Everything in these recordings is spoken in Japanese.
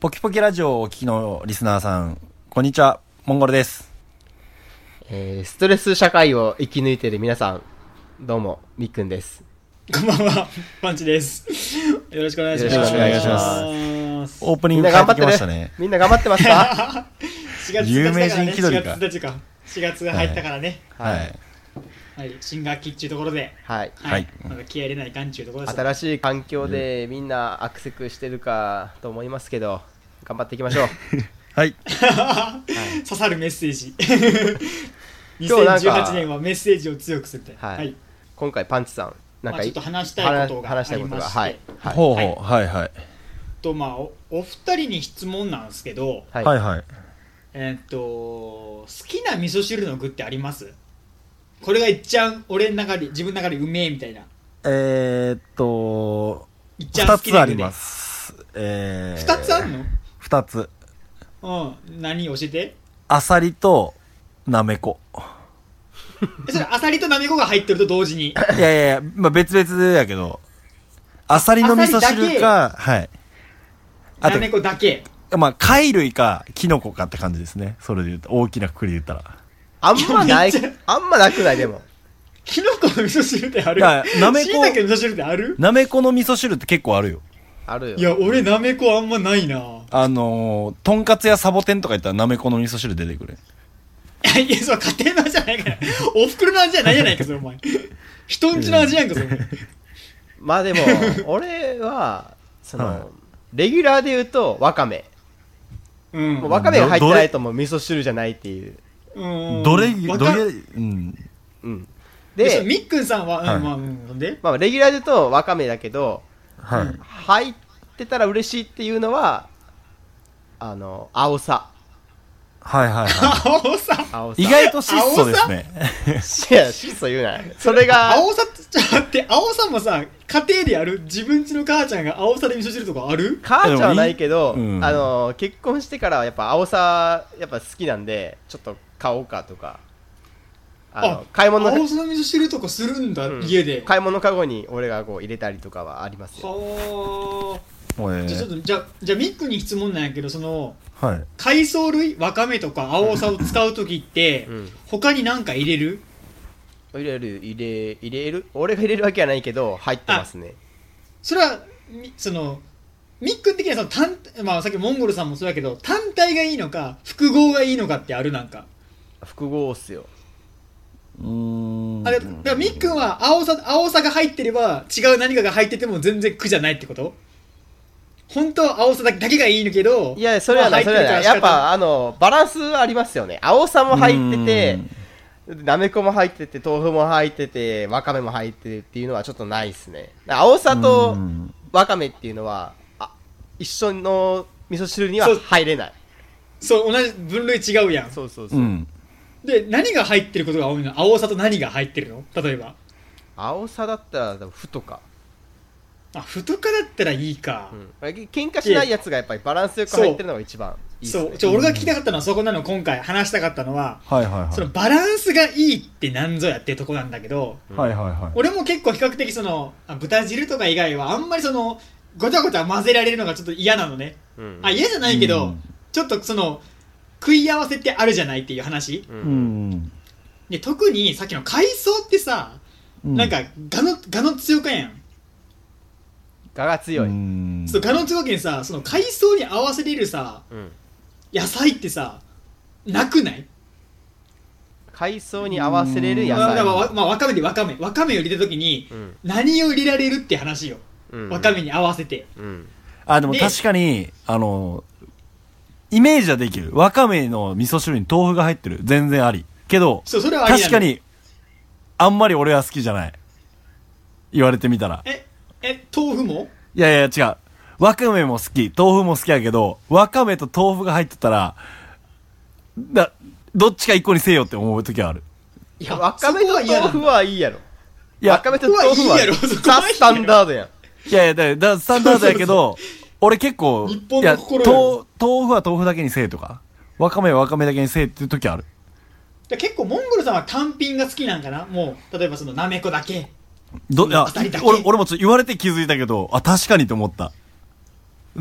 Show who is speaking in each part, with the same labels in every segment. Speaker 1: ポキポキラジオをお聞きのリスナーさん、こんにちは、モンゴルです。
Speaker 2: えーストレス社会を生き抜いている皆さん、どうも、みっくんです。
Speaker 3: こんばんは、パンチです。よろしくお願いします。
Speaker 2: よろしくお願いし
Speaker 3: ます。
Speaker 1: オープニ
Speaker 2: み
Speaker 1: ン
Speaker 2: ん
Speaker 1: グ変
Speaker 2: な
Speaker 1: え
Speaker 2: 頑張
Speaker 1: てきま
Speaker 2: ってね
Speaker 1: したね。
Speaker 2: みんな頑張ってますか
Speaker 3: 4月
Speaker 1: 有
Speaker 3: 1
Speaker 1: 名
Speaker 3: 日だから
Speaker 1: 人
Speaker 3: ね、
Speaker 1: 気取り
Speaker 3: 4
Speaker 1: か
Speaker 3: 月1日か。4月が入ったからね。
Speaker 1: は
Speaker 2: はいい。
Speaker 3: はい、新学期っていうところで、
Speaker 2: はい。
Speaker 1: はい
Speaker 3: まだ気合い入れないかんっていうところです。
Speaker 2: 新しい環境でみんなアクセクしてるかと思いますけど、頑張っていきまし ょう。
Speaker 1: はい。
Speaker 3: 刺さるメッセージ。
Speaker 2: 今日なんか
Speaker 3: 2018年はメッセージを強くするみたいな。
Speaker 2: はい今回パンチさん、なん
Speaker 3: まあ
Speaker 2: か
Speaker 3: ちょ
Speaker 2: い
Speaker 3: っと話したいことがありまして
Speaker 2: はい。はい。
Speaker 1: ほうほう、はいはい。
Speaker 3: と、まあお、お二人に質問なんですけど、
Speaker 2: はい。
Speaker 1: はいはい。
Speaker 3: えーっと、好きな味噌汁の具ってありますこれが一ちゃん俺の中で、自分の中でうめえみたいな。
Speaker 1: えーっと、
Speaker 3: 一ちゃん
Speaker 1: 二
Speaker 3: 好き
Speaker 1: つ
Speaker 3: な
Speaker 1: あ
Speaker 3: 具
Speaker 1: り
Speaker 3: で。
Speaker 1: ます。えー。
Speaker 3: 二つあるの
Speaker 1: 二つ。
Speaker 3: うん、何教えて
Speaker 1: アサリと、なめこ。
Speaker 3: えそれアサリとナメコが入ってると同時に
Speaker 1: いやいやいや、まあ、別々やけど、アサリの味噌汁か、はい。あ
Speaker 3: ナメ
Speaker 1: と、
Speaker 3: コだけ
Speaker 1: まあ、貝類か、キノコかって感じですね。それで言うと、大きなくくりで言ったら。
Speaker 2: あんまない
Speaker 3: いやめっち、
Speaker 2: あんまなくないでも。
Speaker 3: キノコの味噌汁ってある
Speaker 1: いやナメコ
Speaker 3: しいたけの味噌汁ってある
Speaker 1: なめこの味噌汁って結構あるよ。
Speaker 2: あるよ。
Speaker 3: いや俺ナメコあんまないな
Speaker 1: あのー、とんかつやサボテンとか言ったらなめこの味噌汁出てくる。
Speaker 3: いやそれ家庭の味じゃないからおふくろの味じゃないじゃないかそれお前人んちの味やんかそれ
Speaker 2: まあでも、 俺は、その、
Speaker 1: はい
Speaker 2: レギュラーで言うと、わかめ。
Speaker 3: うん
Speaker 2: もうわかめが入ってないともう味噌汁じゃないっていう。
Speaker 3: うん
Speaker 1: どれ、
Speaker 3: わ
Speaker 1: ど
Speaker 3: か
Speaker 1: れ、うん。
Speaker 2: うん。
Speaker 3: でそれ
Speaker 2: で、
Speaker 3: みっくんさんは、うん
Speaker 1: はい
Speaker 3: まあうんで
Speaker 2: まあ、レギュラーで言うとわかめだけど、
Speaker 1: はい。
Speaker 2: 入ってたら嬉しいっていうのは、あの、青さ。
Speaker 1: はいはいは
Speaker 3: 青さ
Speaker 2: 青さ。
Speaker 1: い。意外と質素ですね。
Speaker 2: いや、質素言うな。それが、
Speaker 3: 青さってちょっと待って青さもさ家庭でやる自分ちの母ちゃんが青さで味噌汁とかある
Speaker 2: 母ちゃんはないけど、
Speaker 1: でもいいうん
Speaker 2: あの、結婚してからはやっぱ青さ、やっぱ好きなんで、ちょっと買おうかとか、あの、
Speaker 3: あ
Speaker 2: 買い物の
Speaker 3: 青さの味噌汁とかするんだ、
Speaker 2: うん
Speaker 3: 家で
Speaker 2: 買い物かごに俺がこう入れたりとかはありますよ。
Speaker 3: は
Speaker 1: もう
Speaker 3: あ
Speaker 1: え
Speaker 3: じゃあちょっとじゃあじゃあミックに質問なんやけどその
Speaker 1: ーはい。
Speaker 3: 海藻類わかめとか青さを使う時って、
Speaker 2: うん
Speaker 3: 他に何か入れる
Speaker 2: 入れる、入れ、入れる俺が入れるわけはないけど、入ってますね。
Speaker 3: それはみそのミック的にはその単、まあ、さっきモンゴルさんもそうやけど単体がいいのか複合がいいのかってあるなんか、
Speaker 2: 複合っすよ。
Speaker 1: うーん。
Speaker 3: あれだからミックは青さ青さが入ってれば違う何かが入ってても全然苦じゃないってこと本当は青さだけだけがいいのけど
Speaker 2: いや、それはない、そ
Speaker 3: まあ
Speaker 2: れ
Speaker 3: 入
Speaker 2: は
Speaker 3: って
Speaker 2: な
Speaker 3: る
Speaker 2: い。
Speaker 3: から
Speaker 2: やっ
Speaker 3: 仕方ない
Speaker 2: ぱ、あの、バランスありますよね。青さも入ってて、なめこも入ってて、豆腐も入ってて、わかめも入っててっていうのはちょっとないですね。青さと
Speaker 1: うん
Speaker 2: わかめっていうのは、あ一緒の味噌汁には
Speaker 3: そう
Speaker 2: 入れない。
Speaker 3: そう同じ分類違うやん
Speaker 2: そうそうそうう。
Speaker 1: ん。
Speaker 3: で何が入ってることが多いの青さと何が入ってるの例えば
Speaker 2: 青さだったら、ふとか。
Speaker 3: あ太かだったらいいか
Speaker 2: う、ん。喧嘩しないやつがやっぱりバランスよく入ってるのが一番いいです、ね。
Speaker 3: そうちょ俺が聞きたかったのはそこなの今回話したかったのは、
Speaker 1: はいはい
Speaker 3: その
Speaker 1: は
Speaker 3: バランスがいいってなんぞやってとこなんだけど
Speaker 1: い。はいはいはい。
Speaker 3: 俺も結構比較的そのあ豚汁とか以外はあんまりそのごちゃごちゃ混ぜられるのがちょっと嫌なのね
Speaker 2: うん
Speaker 3: あ嫌じゃないけど、
Speaker 1: うん
Speaker 3: ちょっとその食い合わせってあるじゃないっていう話
Speaker 2: う。
Speaker 1: うんん。
Speaker 3: で特にさっきの海藻ってさ、
Speaker 1: う
Speaker 3: なん、かガのガの強かやん
Speaker 2: 我が強い。
Speaker 1: う
Speaker 2: うん。
Speaker 1: ん
Speaker 3: そう、ガノンツゴケンさ、その海藻に合わせれるさ、野菜ってさ、なくない
Speaker 2: 海藻に合わせれる野
Speaker 3: まあ、まあ
Speaker 2: 菜。
Speaker 3: わまあ、わかめでわかめ。わかめを入れたときに
Speaker 2: う、ん。
Speaker 3: 何を入れられるって話よ。
Speaker 2: うん
Speaker 3: わかめに合わせて。
Speaker 2: うん。
Speaker 1: あ、でも
Speaker 3: で
Speaker 1: 確かに、あの、イメージはできる。わかめの味噌汁に豆腐が入ってる。全然あり。けど、
Speaker 3: そう、それはありなの
Speaker 1: 確か。に、あんまり俺は好きじゃない。言われてみたら。
Speaker 3: え、え、豆腐も
Speaker 1: いやいや、違う。わかめも好き、豆腐も好きやけど、わかめと豆腐が入ってたら、だ、どっちか一個にせよって思う時はある。
Speaker 3: いや
Speaker 2: わかめと
Speaker 3: そこは嫌
Speaker 2: 豆
Speaker 3: な
Speaker 2: 腐
Speaker 3: の
Speaker 2: はいいやろ。
Speaker 1: いや
Speaker 2: わかめと豆腐
Speaker 3: そこは
Speaker 2: はい
Speaker 3: いやろそこ
Speaker 2: ザ・
Speaker 3: はいいやろ
Speaker 2: スタンダードやん。
Speaker 1: いやいや、だ、だスタンダードやけど、 俺結構、
Speaker 3: 日本
Speaker 1: いや
Speaker 3: の
Speaker 1: 豆
Speaker 3: 心よ
Speaker 1: 豆腐は豆腐だけにせえとか、わかめはわかめだけにせえっていう時ある。
Speaker 3: で結構、モンゴルさんは単品が好きなんかなもう、例えばその、なめこだけ。
Speaker 1: ど、いや
Speaker 3: 当たりだ、け
Speaker 1: 俺、俺もちょっと言われて気づいたけど、あ、確かにと思った。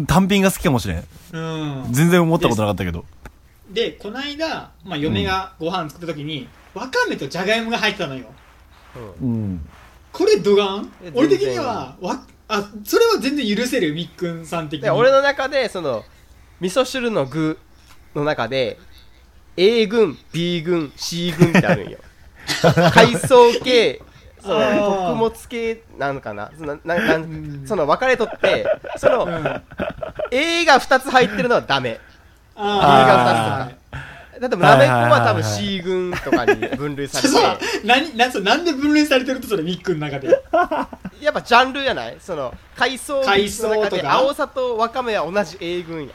Speaker 1: 単品が好きかもしれん。
Speaker 3: うん
Speaker 1: 全然思ったことなかったけど。
Speaker 3: でこの間、まあ、嫁がご飯作った時に、わかめとじゃがいもが入ってたのよ
Speaker 1: うん。
Speaker 3: これドガン
Speaker 2: え
Speaker 3: 俺的にはわあそれは全然許せるよみっくんさん的に
Speaker 2: で俺の中でその味噌汁の具の中で A 軍 B 軍 C 軍ってあるん よ海藻系その
Speaker 3: あー
Speaker 2: 穀物系なのかなそのなな
Speaker 3: うん
Speaker 2: その分かれとってその、
Speaker 3: うんあ
Speaker 2: A が2つ入ってるのはダメ
Speaker 3: あ
Speaker 2: だってなめこは多
Speaker 1: はいはいはいは
Speaker 2: 分
Speaker 1: い
Speaker 2: C 軍とかに分類さ
Speaker 3: そそう
Speaker 2: れ
Speaker 3: 何なそうなんで分類されてるとそれみっくんの中で
Speaker 2: てやっぱジャンルやないその海藻の
Speaker 3: 海藻
Speaker 2: 中
Speaker 3: と
Speaker 2: で
Speaker 3: か
Speaker 2: 青さとわかめは同じ A 軍や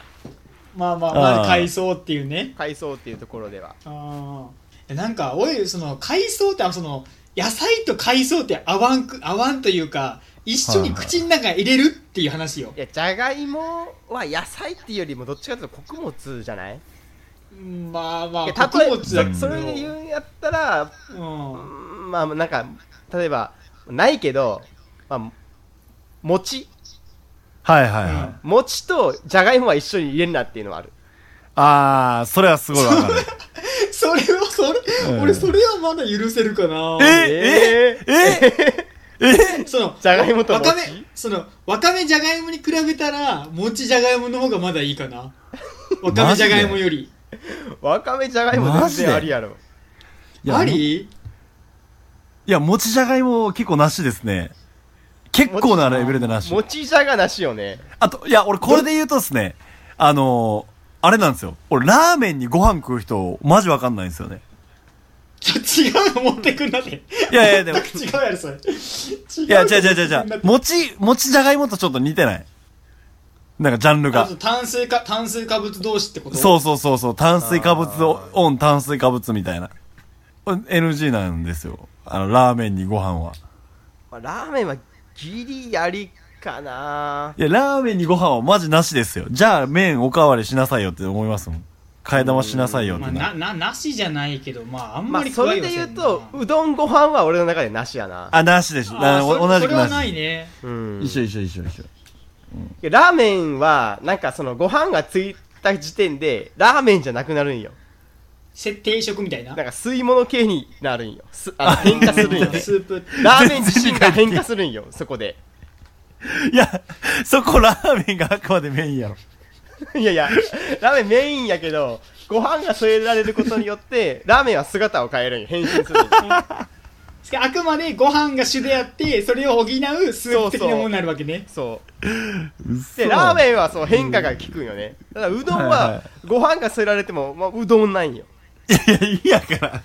Speaker 3: まあまあま
Speaker 1: あ
Speaker 3: あ
Speaker 1: ー
Speaker 3: 海藻っていうね
Speaker 2: 海藻っていうところでは
Speaker 3: ああなんかおいその海藻ってあその野菜と海藻って合わんく合わんというか一緒に口の中入れるっていう話よ、
Speaker 2: いやじゃがいもは野菜っていうよりもどっちかというと穀物じゃない
Speaker 3: まあま
Speaker 2: い
Speaker 3: あ
Speaker 2: や
Speaker 3: 穀
Speaker 2: 例え
Speaker 3: 物だけ
Speaker 2: ば
Speaker 3: ど
Speaker 2: それで言うんやったら
Speaker 3: うん
Speaker 2: まあなんか例えばないけど、まあ、餅
Speaker 1: はいはいはい。
Speaker 3: うん
Speaker 2: 餅とじゃがいもは一緒に入れるなっていうのはある
Speaker 1: あー、それはすごいわかる。
Speaker 3: それはそれ、
Speaker 1: うん
Speaker 3: 俺それはまだ許せるかな
Speaker 1: え ええ
Speaker 3: その
Speaker 2: じゃがいもと
Speaker 3: わ
Speaker 2: 餅
Speaker 3: かめそのわかめじゃがいもに比べたら餅じゃがいもの方がまだいい かなわかめじゃがいもより
Speaker 2: わかめじゃがいも
Speaker 1: マジ
Speaker 2: 全
Speaker 1: で
Speaker 2: 然ありやろ
Speaker 1: いや
Speaker 3: あり
Speaker 1: いや、餅じゃがいも結構なしですね。結構なレベルでなし。
Speaker 2: 餅じゃがなしよね
Speaker 1: あと、いや、俺これで言うとですね、あのー、あれなんですよ。俺ラーメンにご飯食う人、マジわかんないんですよね。
Speaker 3: ちょ違うの持ってくんなって
Speaker 1: いやい や、でも、い
Speaker 3: 全く違うやろそれい
Speaker 1: や、違う違う違う違う。餅、餅じゃがいもとちょっと似てない。なんかジャンルが。
Speaker 3: 炭水化炭水化物同士ってこと
Speaker 1: そううそうそうそう、炭水化物をオン炭水化物みたいな。NG なんですよ。あの、ラーメンにご飯は。
Speaker 2: まあラーメンはギリやりかない
Speaker 1: や、ラーメンにご飯はマジなしですよ。じゃあ、麺おかわりしなさいよって思いますもん。替え玉しなさいよって
Speaker 3: まあ、
Speaker 1: な
Speaker 3: な。ななしじゃないけどまああん
Speaker 2: ま
Speaker 3: ま
Speaker 2: あ
Speaker 3: り
Speaker 2: そ
Speaker 3: 食わ
Speaker 2: れ
Speaker 3: んよ
Speaker 2: で言う
Speaker 3: そん
Speaker 2: と
Speaker 3: な
Speaker 2: うどんご飯は俺の中でなしやな
Speaker 1: あ、なしです。
Speaker 3: あ
Speaker 1: な
Speaker 3: ー
Speaker 1: 同
Speaker 3: そ
Speaker 1: じ
Speaker 3: そ
Speaker 1: く
Speaker 3: れは
Speaker 1: な
Speaker 3: な
Speaker 1: し
Speaker 3: い。ね
Speaker 2: うん
Speaker 1: 一緒一緒一緒一緒。
Speaker 2: いやラーメンはなんかそのご飯がついた時点でラーメンじゃなくなるんよ
Speaker 3: せ定食みたいな
Speaker 2: なんか吸い物系になるんよすあの変化するんよね
Speaker 3: スープ
Speaker 2: ラーメン自身が変化するんよそこで
Speaker 1: いや、そこラーメンが あくまでメインやろ。
Speaker 2: いやいやラーメンメインやけどご飯が添えられることによってラーメンは姿を変えるんよ変身するんよ
Speaker 3: あくまでご飯が主であってそれを補うスープ的なものになるわけね
Speaker 2: そうでラーメンはそう変化が効くんよねだからうどん
Speaker 1: はいは
Speaker 2: はご飯が添えられても、まあ、うどんないんよ
Speaker 1: ンいや、いやから。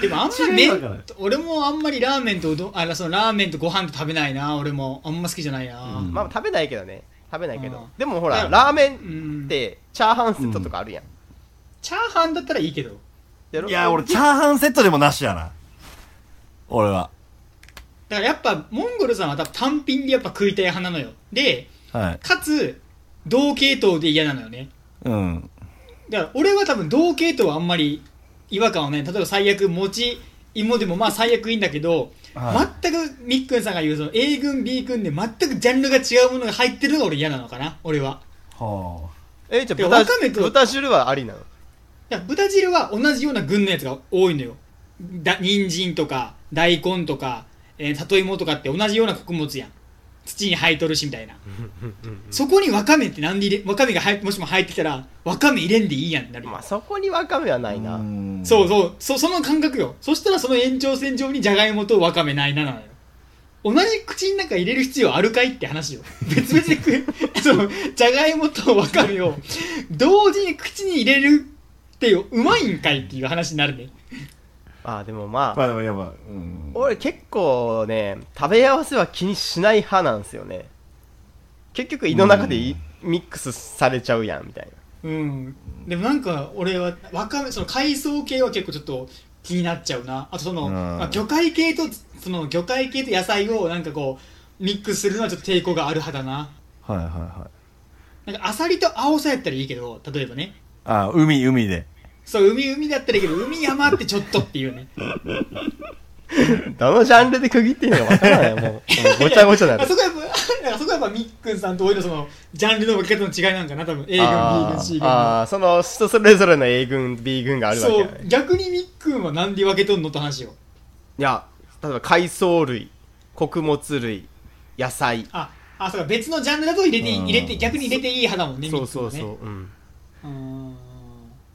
Speaker 3: でもあんまり
Speaker 1: 違う
Speaker 3: 麺
Speaker 1: から
Speaker 3: 俺もあんまりラーメンとうどんあそのラーメンとご飯と食べないな俺もあんま好きじゃないな、
Speaker 1: ん
Speaker 2: まあ食べないけどね食べないけど、
Speaker 3: うん
Speaker 2: でもほ
Speaker 3: い
Speaker 2: ら
Speaker 3: や
Speaker 2: ラーメ
Speaker 3: う
Speaker 2: ンっ
Speaker 3: ん
Speaker 2: てチャーハンセットとかあるやん、
Speaker 3: チャーハンだったらいいけど
Speaker 2: やろ
Speaker 1: いや、俺、チャーハンセットでもなしやな。俺は。
Speaker 3: だからやっぱモンゴルさんは多分単品でやっぱ食いたい派なのよで
Speaker 1: はい。
Speaker 3: かつ同系統で嫌なのよね
Speaker 1: うん。
Speaker 3: だから俺は多分同系統はあんまり違和感はね例えば最悪餅芋でもまあ最悪いいんだけど、
Speaker 1: はい
Speaker 3: 全くみっくんさんが言うその A 軍 B 軍で全くジャンルが違うものが入ってるのが俺嫌なのかな俺は
Speaker 1: は
Speaker 2: えじゃあ
Speaker 3: いや
Speaker 2: 豚
Speaker 3: わかめと
Speaker 2: 豚汁はありなの
Speaker 3: いや豚汁は同じような群のやつが多いのよだ人参とか大根とか、えー里芋とかって同じような穀物やん土に生えとるしみたいなそこにわかめってなんで入れわかめが入っもしも入ってきたらわかめ入れんでいいやんってなるよ、
Speaker 2: まあそこにわかめはないな、
Speaker 1: な
Speaker 3: そうそうそその感覚よそしたらその延長線上にじゃがいもとわかめないななのよ同じ口の中入れる必要あるかいって話よ別々で食え そのじゃがいもとわかめを同時に口に入れるっていううまいんかいっていう話になるね
Speaker 2: あでもまあ、
Speaker 1: まあでもやっぱ、うん。
Speaker 2: 俺結構ね食べ合わせは気にしない派なんですよね結局胃の中でいミックスされちゃうやんみたいな
Speaker 3: うん、でもなんか俺はわかめその海藻系は結構ちょっと気になっちゃうなあとその、
Speaker 1: うん
Speaker 3: まあ、魚介系とその魚介系と野菜をなんかこうミックスするのはちょっと抵抗がある派だな
Speaker 1: はいはいはい。
Speaker 3: なんかアサリとアオサやったらいいけど例えばね
Speaker 1: あ、海、海で。
Speaker 3: そう海海だったらいいけど海山ってちょっとっていうね
Speaker 2: どのジャンルで区切っていいのかわからない もう。もうごちゃごちゃになる
Speaker 3: あそ。こはやっぱ、 あそこはやっぱみっくんさんと俺のその、ジャンルの分け方の違いなんかな、多分 A 軍、B 軍、C 軍の。
Speaker 2: あー、その人それぞれの A 軍、B 軍があるわけ
Speaker 3: そ
Speaker 2: や
Speaker 3: う
Speaker 2: ね。、
Speaker 3: 逆にみっくんはなんで分けとんのって話よ。
Speaker 2: いや、例えば海藻類、穀物類、野菜。
Speaker 3: あ、あ、そうか、別のジャンルだと入れていい、
Speaker 1: うん
Speaker 3: 入れて、逆に入れていい派だもんね、
Speaker 2: そうそう
Speaker 3: みっくんはね
Speaker 2: そう。うん
Speaker 3: うーん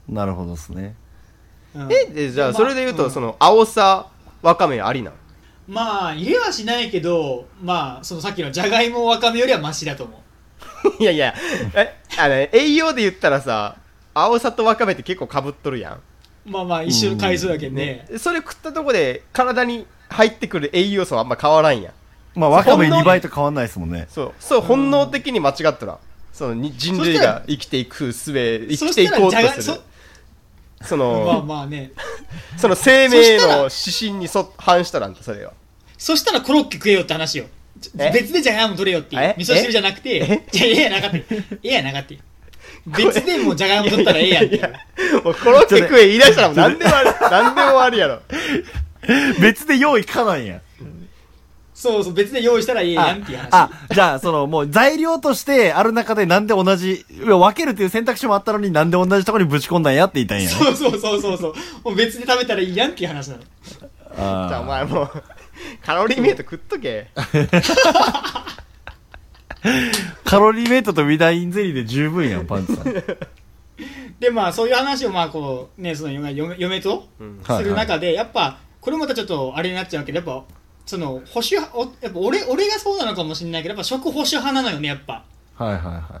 Speaker 1: なるほどですね。
Speaker 3: うん
Speaker 2: え、でじゃあ
Speaker 3: ま
Speaker 2: それで言うと、
Speaker 3: ん
Speaker 2: その、青さ、わかめありなの
Speaker 3: まあ入れはしないけどまあそのさっきのじゃがいもわかめよりはマシだと思う
Speaker 2: いやいや、え、あの、栄養で言ったらさ、青さとわかめって結構かぶっとるや
Speaker 3: まあまあ一緒の回数だけ
Speaker 2: ん。
Speaker 3: どね
Speaker 2: ね。それ食ったとこで、体に入ってくる栄養素はあんま変わらんやん。
Speaker 1: まあ、わかめ2倍と変わんないですもんね。
Speaker 2: そう、そう、本能的に間違ったら、そのに人類
Speaker 3: そしたら
Speaker 2: が生きていくすべ、生
Speaker 3: そ
Speaker 2: き
Speaker 3: して
Speaker 2: いこ
Speaker 3: たら
Speaker 2: う
Speaker 3: じゃが
Speaker 2: とす
Speaker 3: そ
Speaker 2: る。そ
Speaker 3: まあ
Speaker 2: の、
Speaker 3: まあね
Speaker 2: その生命
Speaker 3: そしたら
Speaker 2: の指針にそ反したらんと、それは。
Speaker 3: そしたらコロッケ食えよって話よちょ
Speaker 2: え
Speaker 3: 別でじゃがいも取れよっていう
Speaker 2: え
Speaker 3: 味噌汁じゃなくてじゃあええやなかったええやなかった別でもうじゃがいも取ったらええやんっていう
Speaker 2: もうコロッケ食え言い出したらもう何でもある、何でもあるやろ。
Speaker 1: 別で用意かなんや。
Speaker 3: そうそう別で用意したらええや
Speaker 1: あ
Speaker 3: んっていう、話
Speaker 1: あじゃあ、その、もう材料としてある中でなんで同じ、いや分けるっていう選択肢もあったのになんで同じところにぶち込んだんやって言いたいんやね。
Speaker 3: そうそうそうそうそうもう別で食べたらいいやんっていう話なの
Speaker 1: あー
Speaker 2: じゃあお前もう、カロリーメイト食っとけ。
Speaker 1: カロリーメイトとビタミンゼリーで十分やん、パンチ さん。
Speaker 3: でまあそういう話をまあこうねその嫁嫁嫁と
Speaker 2: うん
Speaker 1: はい
Speaker 3: する中でやっぱこれまたちょっとあれになっちゃうけどやっぱその保守派おやっぱ俺俺がそうなのかもしれないけどやっぱ食保守派なのよねやっぱ
Speaker 1: はいはいは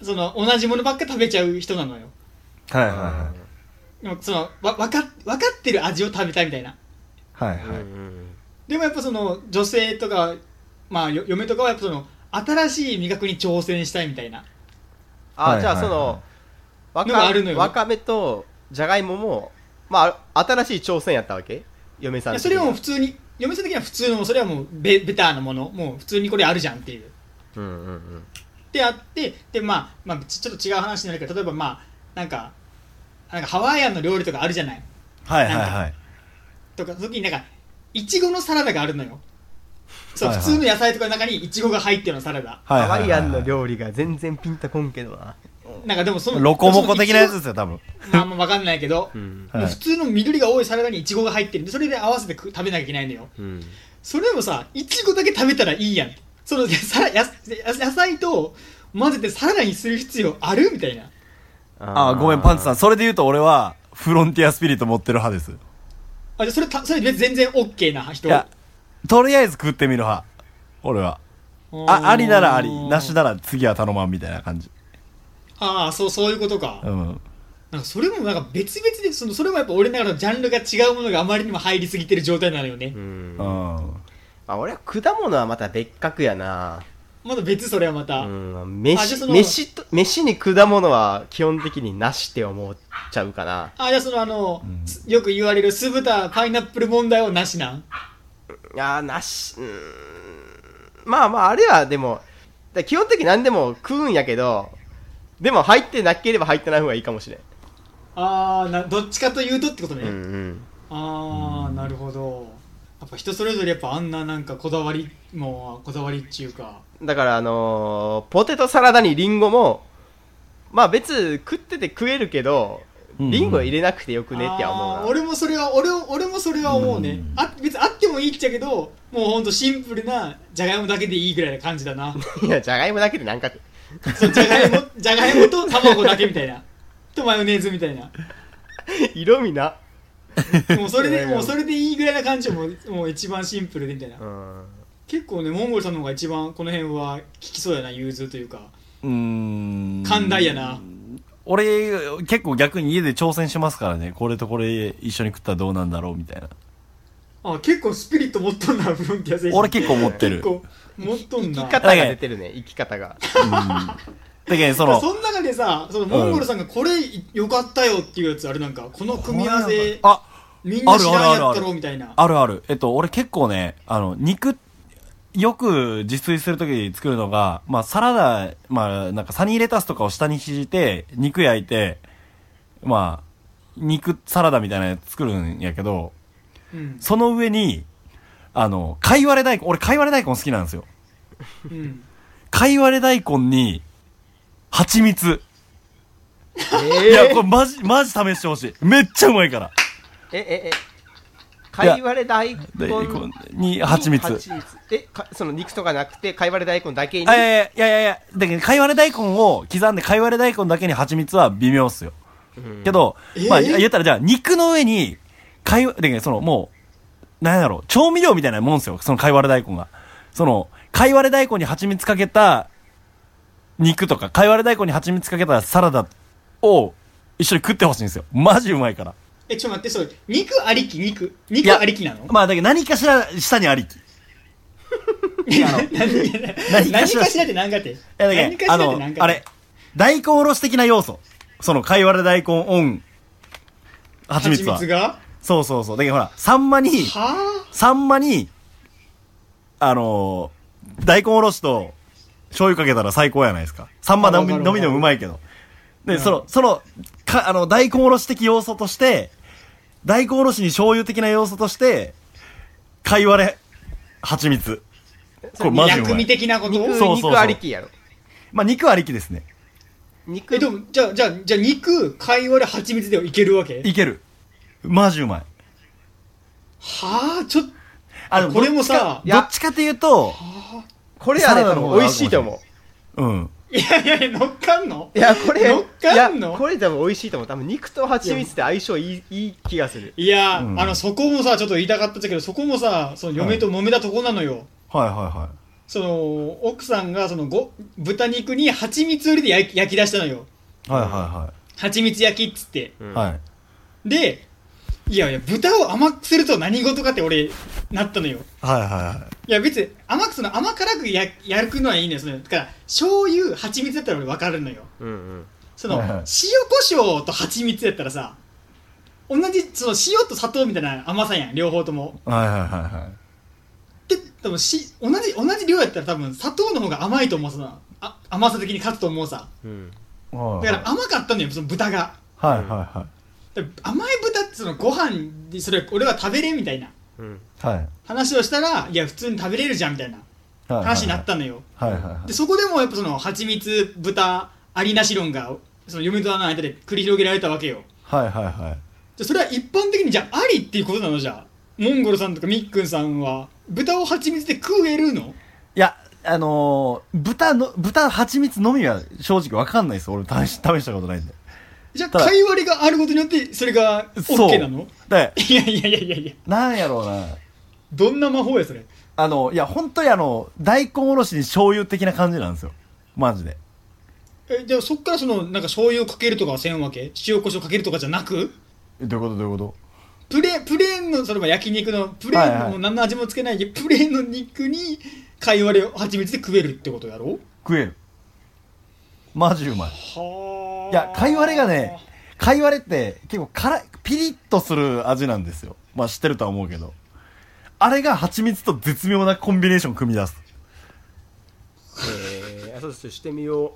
Speaker 1: い。
Speaker 3: その同じものばっか食べちゃう人なのよ
Speaker 1: はいはいはい。
Speaker 3: でもそのわ分か分かってる味を食べたいみたいな
Speaker 1: はい
Speaker 2: うんう
Speaker 1: はい。
Speaker 2: ん
Speaker 3: でもやっぱその女性とかまあよ嫁とかはやっぱその新しい味覚に挑戦したいみたいな
Speaker 1: はい
Speaker 2: あ、
Speaker 1: はい
Speaker 2: じゃあその、わ
Speaker 3: のがあるの
Speaker 2: か
Speaker 3: よ
Speaker 2: わかめとじゃがいもも、まあ、新しい挑戦やったわけ嫁さん
Speaker 3: いや
Speaker 2: 的
Speaker 3: そ
Speaker 2: に
Speaker 3: れはもう普通に嫁さん的には普通のそれはもうベベターなものもう普通にこれあるじゃんっていう
Speaker 2: うんうんうん。
Speaker 3: であってで、まあまあ、ちちょっと違う話になるけど例えばまあなんかなんかハワイアンの料理とかあるじゃない
Speaker 1: はいはいはい。
Speaker 3: とかその時になんかいちごのサラダがあるのよそう、
Speaker 1: はいはい
Speaker 3: 普通の野菜とかの中にいちごが入ってるのサラダ
Speaker 1: はいはい
Speaker 2: ハ
Speaker 1: はい
Speaker 2: ワイアンの料理が全然ピンとこんけどな。
Speaker 3: なんかでもその
Speaker 1: ロコモコ的なやつ
Speaker 3: そ
Speaker 1: ですよ、多分。
Speaker 3: のいちごまあまあ分かんないけど、
Speaker 2: ん
Speaker 1: はい
Speaker 3: もう普通の緑が多いサラダにいちごが入ってるんでそれで合わせて食食べなきゃいけないのよ
Speaker 2: うん。
Speaker 3: それでもさいちごだけ食べたらいいやんそのさや野野菜と混ぜてサラダにする必要あるみたいな
Speaker 1: あーごめん、パンツさん。それで言うと俺は、フロンティアスピリット持ってる派です。
Speaker 3: あじゃあそれたそれ別に全然 OK な人
Speaker 1: いや、とりあえず食ってみる派。俺は。あ、ありならあり、なし
Speaker 3: だ
Speaker 1: なら次は頼まんみたいな感じ。
Speaker 3: ああそうそういうことか、
Speaker 1: うん。
Speaker 3: なんかそれもなんか別々でそのそれもやっぱ俺の中のジャンルが違うものがあまりにも入りすぎてる状態なのよね、
Speaker 2: うん。
Speaker 1: う
Speaker 2: ま
Speaker 1: ん。
Speaker 2: あ、俺は果物はまた別格やな。
Speaker 3: まだ別それはまた、
Speaker 2: うん。
Speaker 3: あじゃあ
Speaker 2: 飯、
Speaker 3: その
Speaker 2: 飯と、飯に果物は基本的になしって思っちゃうかな。
Speaker 3: あじゃあそのあの、すよく言われる酢豚パイナップル問題はなしなん
Speaker 2: いやーなし、うーん。まあまあ、あれはでも、だ基本的に何でも食うんやけど、でも入ってなければ入ってない方がいいかもしれん。
Speaker 3: ああどっちかというとってことね、
Speaker 2: ん。
Speaker 3: ああなるほどやっぱ人それぞれやっぱあんななんかこだわりもこだわりっちゅうか
Speaker 2: だからあのーポテトサラダにリンゴもまあ別食ってて食えるけど
Speaker 1: うんうん
Speaker 2: リンゴ入れなくてよくねっては思う
Speaker 3: あ
Speaker 2: な、
Speaker 3: ー俺もそれは俺を俺もそれは思うね、
Speaker 1: うん
Speaker 3: あ別にあってもいいっちゃけどもうほんとシンプルなじゃがいもだけでいいぐらいな感じだな
Speaker 2: いやじゃがいもだけでなんか って
Speaker 3: そうじゃがいもじゃがいもと卵だけみたいなとマヨネーズみたいな
Speaker 2: 色味な
Speaker 3: もうそれ
Speaker 2: いや
Speaker 3: で
Speaker 2: いや
Speaker 3: もうそれでいいぐらいな感じをもうもう一番シンプルでみたいな、
Speaker 2: うん
Speaker 3: 結構ねモンゴルさんの方が一番この辺は効きそうやな融通というか
Speaker 1: うーん。
Speaker 3: 寛大やな
Speaker 1: 俺、結構逆に家で挑戦しますからね。これとこれ一緒に食ったらどうなんだろうみたいな。
Speaker 3: あ結構スピリット持っとんなフロンティア選手
Speaker 1: 俺結構持ってる。
Speaker 3: 結構持っとん
Speaker 2: 生
Speaker 3: な
Speaker 2: き方が出てるね生き方が
Speaker 1: だけど、そ
Speaker 3: そ
Speaker 1: の、
Speaker 3: その中でさそのモンゴルさんがこれ良かったよっていうやつあれなんかこの組み合わせ
Speaker 1: あ、
Speaker 3: みんな知らんや
Speaker 1: あるあ
Speaker 3: っ
Speaker 1: るあ
Speaker 3: たろ
Speaker 1: る
Speaker 3: みたいな
Speaker 1: あるある。えっと、俺結構ね、あの、肉、よく自炊するときに作るのが、まあ、サラダ、まあ、なんかサニーレタスとかを下に敷いて、肉焼いて、まあ、肉サラダみたいなやつ作るんやけど、
Speaker 3: うん
Speaker 1: その上に、あの、かいわれ大根、俺かいわれ大根好きなんですよ。
Speaker 3: うん
Speaker 1: かいわれ大根に、蜂蜜。
Speaker 2: え
Speaker 1: い
Speaker 2: え
Speaker 1: や、これマジ、マジ試してほしい。めっちゃうまいから。
Speaker 2: え、え、え、かいわれ大根
Speaker 1: 大根に蜂蜜。
Speaker 2: 蜂え、かその肉とかなくて、かいわれ大根だけに。
Speaker 1: あいやいやいやいや、だけど、かいわれ大根を刻んで、かいわれ大根だけに蜂蜜は微妙っすよ。
Speaker 2: うん
Speaker 1: けど、まあ、
Speaker 3: えー
Speaker 1: 言ったらじゃあ、肉の上に、かいわ、だけど、その、もう、なんやろう、調味料みたいなもんですよ、そのかいわれ大根が。その、かいわれ大根に蜂蜜かけた、肉とか、かいわれ大根に蜂蜜かけたサラダを、一緒に食ってほしいんですよ。マジうまいから。
Speaker 3: えちょっと待ってそれ肉ありき肉肉ありきなの
Speaker 1: まあ、だけど、何かしら、下にありき。
Speaker 3: いやあの 何かしらって何かって
Speaker 1: いやだけ
Speaker 3: 何
Speaker 1: ど、
Speaker 3: かしら
Speaker 1: あ
Speaker 3: って
Speaker 1: の
Speaker 3: 何、か
Speaker 1: あ
Speaker 3: って
Speaker 1: れ、大根おろし的な要素。その、かいわれ大根オン、蜂蜜は。
Speaker 3: が
Speaker 1: そうそうそう。だけどほら、サンマに、
Speaker 3: は
Speaker 1: サンマに、あのー大根おろしと醤油かけたら最高やないですか。サンマ飲み
Speaker 3: あわかる
Speaker 1: 飲みでもうまいけど。で、その、その、か、あの、大根おろし的要素として、大根おろしに醤油的な要素として、かいわれ、蜂蜜。これ
Speaker 3: あ
Speaker 1: マジう
Speaker 3: 薬
Speaker 1: ま
Speaker 3: 味
Speaker 1: い。
Speaker 3: 的なこと
Speaker 2: 肉、
Speaker 1: そうそうそう
Speaker 2: 肉ありきやろ。
Speaker 1: まあ、肉ありきですね。
Speaker 2: 肉
Speaker 3: えでもじゃあじゃあじゃあ肉貝割れ蜂蜜ではいけるわけ
Speaker 1: いける。マジうまい。
Speaker 3: はあちょっと
Speaker 1: あ、でも
Speaker 3: これも
Speaker 1: どっ
Speaker 3: さ
Speaker 1: ちかどっちかというと、
Speaker 2: これはね、
Speaker 1: サラダ
Speaker 2: 多
Speaker 1: の方
Speaker 2: 分
Speaker 1: が
Speaker 2: 美味しいと思う。
Speaker 1: うん。
Speaker 3: いやいやいや乗っかんの
Speaker 2: いや、これ、
Speaker 3: 乗っ
Speaker 2: い
Speaker 3: か
Speaker 2: や
Speaker 3: んの、
Speaker 2: これ多分美味しいと思う。多分肉と蜂蜜って相性いい、いい気がする。
Speaker 3: いや、
Speaker 1: うん
Speaker 3: あのそこもさちょっと言いたかったんだけどそこもさその嫁と揉めたとこなのよ、
Speaker 1: はいはいは
Speaker 3: その奥さんがそのご豚肉に蜂蜜を入れて焼き焼き出したのよ
Speaker 1: い。はいは
Speaker 3: 蜂蜜焼きっつって
Speaker 1: いはい。
Speaker 2: い。
Speaker 1: はい。
Speaker 3: でいやいや豚を甘くすると何事かって俺なったのよ
Speaker 1: はいはい
Speaker 3: や別に甘くその甘辛くややるのはいいのよそのだから醤油蜂蜜だったら俺分かるのよ
Speaker 2: うんうん。
Speaker 3: その、
Speaker 1: はいはい
Speaker 3: 塩コショウと蜂蜜やったらさ同じその塩と砂糖みたいな甘さやん両方とも
Speaker 1: いはい。はいはいはいはい。
Speaker 3: で多分し同じ同じ量やったら多分砂糖の方が甘いと思うさあ甘さ的に勝つと思うさ
Speaker 2: うん。
Speaker 1: だ
Speaker 3: だから甘かったのよその豚が
Speaker 1: はいはいは
Speaker 3: で甘い豚ってそのご飯でそれ俺は食べれんみたいな
Speaker 2: うん。
Speaker 1: い。はい。
Speaker 3: 話をしたらいや普通に食べれるじゃんみたいな
Speaker 1: はい
Speaker 3: 話になっ。たのよ
Speaker 1: はいはいはい
Speaker 3: で。そこでもやっぱその蜂蜜豚ありなし論がその嫁との間で繰り広げられたわけよ
Speaker 1: はいはいはい。
Speaker 3: じゃあそれは一般的にじゃあありっていうことなのじゃあモンゴルさんとかみっくんさんは豚を蜂蜜で食えるの
Speaker 1: いや、あのー、豚の、豚蜂蜜のみは正直わかんないです。俺試し、試したことないんで。
Speaker 3: じゃあ
Speaker 1: ただ
Speaker 3: 貝割れがあることによってそれが
Speaker 1: そう
Speaker 3: OK なの
Speaker 1: で、
Speaker 3: いやいやいやいやいや
Speaker 1: なんやろうな。
Speaker 3: どんな魔法やそれ
Speaker 1: あの、いや、本当にあの、大根おろしに醤油的な感じなんですよ。マジで。
Speaker 3: えじゃあそっからそのなんか醤油をかけるとかはせんわけ塩コショウかけるとかじゃなく
Speaker 1: えどういうことどういうこ
Speaker 3: プレプレーンのそれは焼肉のプレーンの、
Speaker 1: はいはい
Speaker 3: 何の味もつけないでプレーンの肉に貝割れを蜂蜜で食えるってことやろ
Speaker 1: と食える。マジうまい。
Speaker 3: はい
Speaker 1: や、貝割れがね、貝割れって結構辛い、ピリッとする味なんですよ。まあ知ってるとは思うけど。あれが蜂蜜と絶妙なコンビネーション組み出す。
Speaker 2: えー、あそうですしてみよう。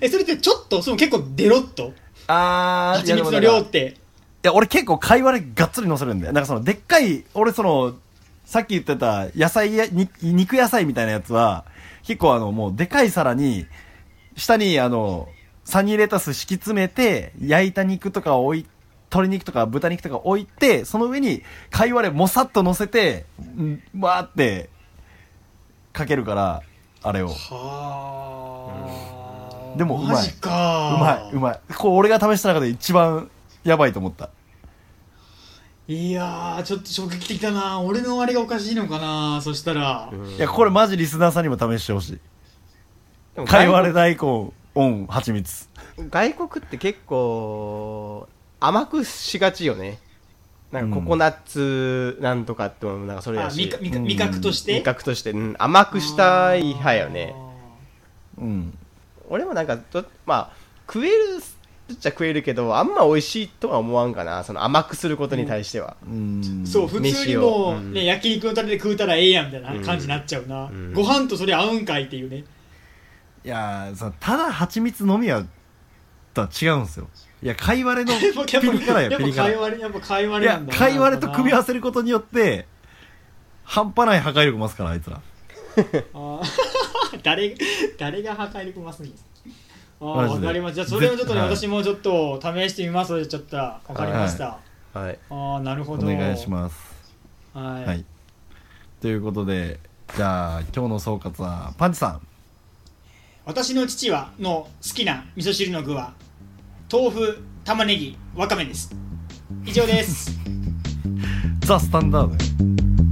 Speaker 3: えそれってちょっとその結構デロッと
Speaker 1: あ
Speaker 3: 蜂蜜の量って
Speaker 1: いや、俺結構貝割れがっつり乗せるんだよ。なんかその、でっかい、俺その、さっき言ってた野菜や、に肉野菜みたいなやつは、結構あの、もうでかい皿に、下にあの、サニーレタス敷き詰めて、焼いた肉とかを置い、鶏肉とか豚肉とか置いて、その上に貝割れもさっと乗せて、んわーって、かけるから、あれを。う
Speaker 3: はあ、
Speaker 1: うんでもうまい
Speaker 3: マジか
Speaker 1: まい、うまい。これ俺が試した中で一番やばいと思った。
Speaker 3: いいやーちょっと衝撃的だな俺のあれがおかしいのかなそしたら、
Speaker 1: いや、これマジリスナーさんにも試してほしい。
Speaker 2: でも
Speaker 1: かいわれ大根、オン、蜂蜜。
Speaker 2: 外国って結構甘くしがちよねなんかココナッツなんとかってもなんかそれ
Speaker 3: あ
Speaker 2: だし、
Speaker 3: 味か味か
Speaker 1: うん
Speaker 3: 味覚として
Speaker 2: 味覚として、うん甘くしたい派よね
Speaker 1: うん。
Speaker 2: 俺もなんかどまあ食えるっちゃ食えるけどあんま美味しいとは思わんかなその甘くすることに対しては、
Speaker 1: うん。
Speaker 3: そう普通にも
Speaker 2: 飯を
Speaker 3: う、ね焼肉のタレで食うたらええやんみたいな感じになっちゃうな、ご飯とそれ合うんかいっていうね
Speaker 1: いやーさ、ただ蜂蜜のみは、とは違うんですよ。いや、かいわれの ピ
Speaker 3: やっぱやっぱ
Speaker 1: リ辛や、
Speaker 3: やっ
Speaker 1: ピ
Speaker 3: ぱ
Speaker 1: リ辛。
Speaker 3: 会
Speaker 1: い
Speaker 3: 話やっぱ会話なん
Speaker 1: や
Speaker 3: だ、な
Speaker 1: かいわれと組み合
Speaker 3: わ
Speaker 1: わせることによって、半端ない破壊力ますから、あいつら。
Speaker 3: あー 誰が誰が破壊力増すんですかあー
Speaker 1: マジ
Speaker 3: わ
Speaker 1: で
Speaker 3: かりましたじゃあそれをちょっとね、
Speaker 1: はい
Speaker 3: 私もちょっと試してみますのでちょっとわかりました、
Speaker 2: はい。
Speaker 3: ああなる
Speaker 1: お
Speaker 3: ほど
Speaker 1: 願いします。
Speaker 3: すはい、
Speaker 1: はい。ということで、じゃあ、今日の総括は、パンチさん。
Speaker 3: 私の父はの好きな味噌汁の具は豆腐玉ねぎわかめです以上です
Speaker 1: ザ・スタンダー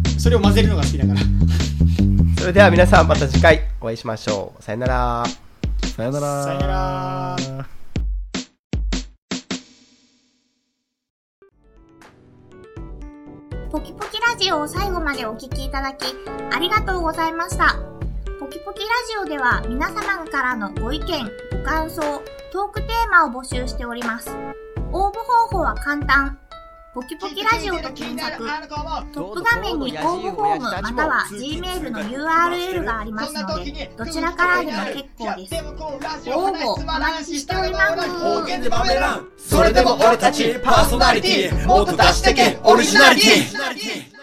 Speaker 1: ド。
Speaker 3: それを混ぜるのが好きだから
Speaker 2: それでは皆さんまた次回お会いしましょう。さよなら。
Speaker 1: さよなら。
Speaker 3: さよなら。
Speaker 4: ポキポキラジオを最後までお聞きいただき、ありがとうございました。ポキポキラジオでは皆様からのご意見、ご感想、トークテーマを募集しております。応募方法は簡単。ポキポキラジオと検索、トップ画面に応募フォームまたは Gmail の URL がありますので、どちらからでも結構です。応募お待ちしております。
Speaker 5: それでも俺たちパーソナリティもっと出してけオリジナリティ